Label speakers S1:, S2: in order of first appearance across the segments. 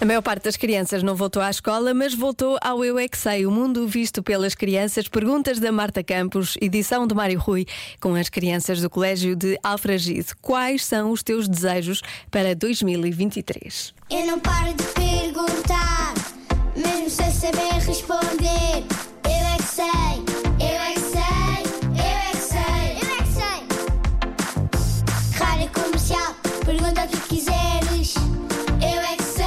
S1: A maior parte das crianças não voltou à escola, mas voltou ao Eu é que Sei, o mundo visto pelas crianças. Perguntas da Marta Campos, edição do Mário Rui, com as crianças do Colégio de Alfragide. Quais são os teus desejos para 2023?
S2: Eu não paro de perguntar, mesmo sem saber responder. Eu é que sei, eu é que sei, eu é que sei, eu é que sei. Rádio comercial, pergunta o que quiseres. Eu é que sei,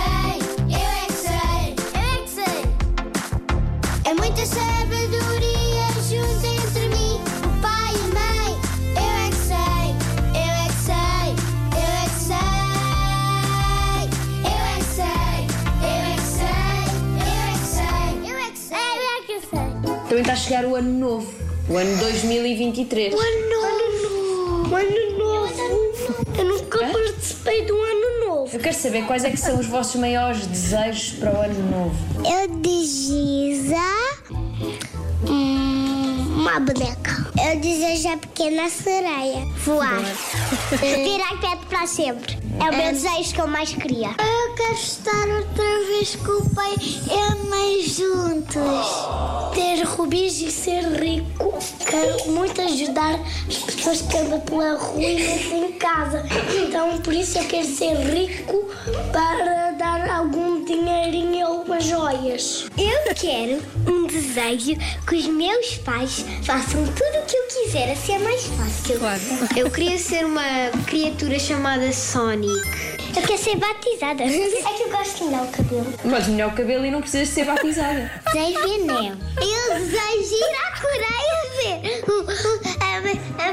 S2: eu é que sei, eu é que sei. É muita sabedoria junto entre mim, o pai e a mãe. Eu é que sei, eu é que sei, eu é que sei. Eu é que sei, eu é que sei, eu é que sei, eu é que sei, eu é que sei.
S3: Também está a chegar o ano novo, o ano 2023.
S2: Ano novo! Ano novo! Eu nunca participei do ano novo.
S3: Eu quero saber quais é que são os vossos maiores desejos para o ano novo.
S2: Eu desejo hum, uma boneca. Eu desejo a pequena sereia voar. Virar quieto para sempre. É o meu desejo que eu mais queria. Eu quero estar outra vez com o pai e a mãe juntos. Ter rubis e ser rico. Quero muito ajudar as pessoas que andam pela rua e não têm casa. Então, por isso eu quero ser rico para dar algum dinheirinho e algumas joias. Eu quero um desejo que os meus pais façam tudo o que eu quiser, assim é mais fácil.
S1: Claro.
S2: Eu queria ser uma criatura chamada Sonic. Eu quero ser batizada. É que eu gosto de dar o cabelo.
S3: Podes melhor o cabelo e não precisas ser batizada.
S2: Desejo anel. Eu desejo ir à Coreia ver É o- o- a- a- a-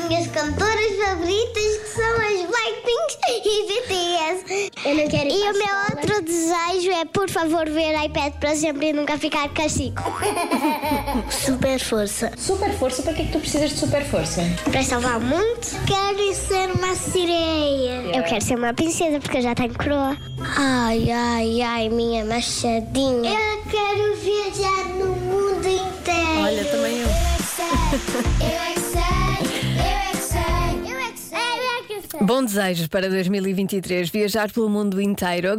S2: as minhas cantoras favoritas que são as Blackpink e BTS. Eu não quero E o meu outro desejo é, por favor, ver iPad para sempre e nunca ficar castigo. Super força.
S3: Super força, para que é que tu precisas de super força?
S2: Para salvar o mundo? Quero ser uma sereia. Eu quero ser uma princesa porque eu já tenho coroa. Ai, ai, ai, minha machadinha. Eu quero viajar no mundo inteiro. é
S1: Olha, também eu.
S2: Eu é que sei, eu é que sei, eu é que sei, eu é que sei.
S1: Bom desejos para 2023, viajar pelo mundo inteiro.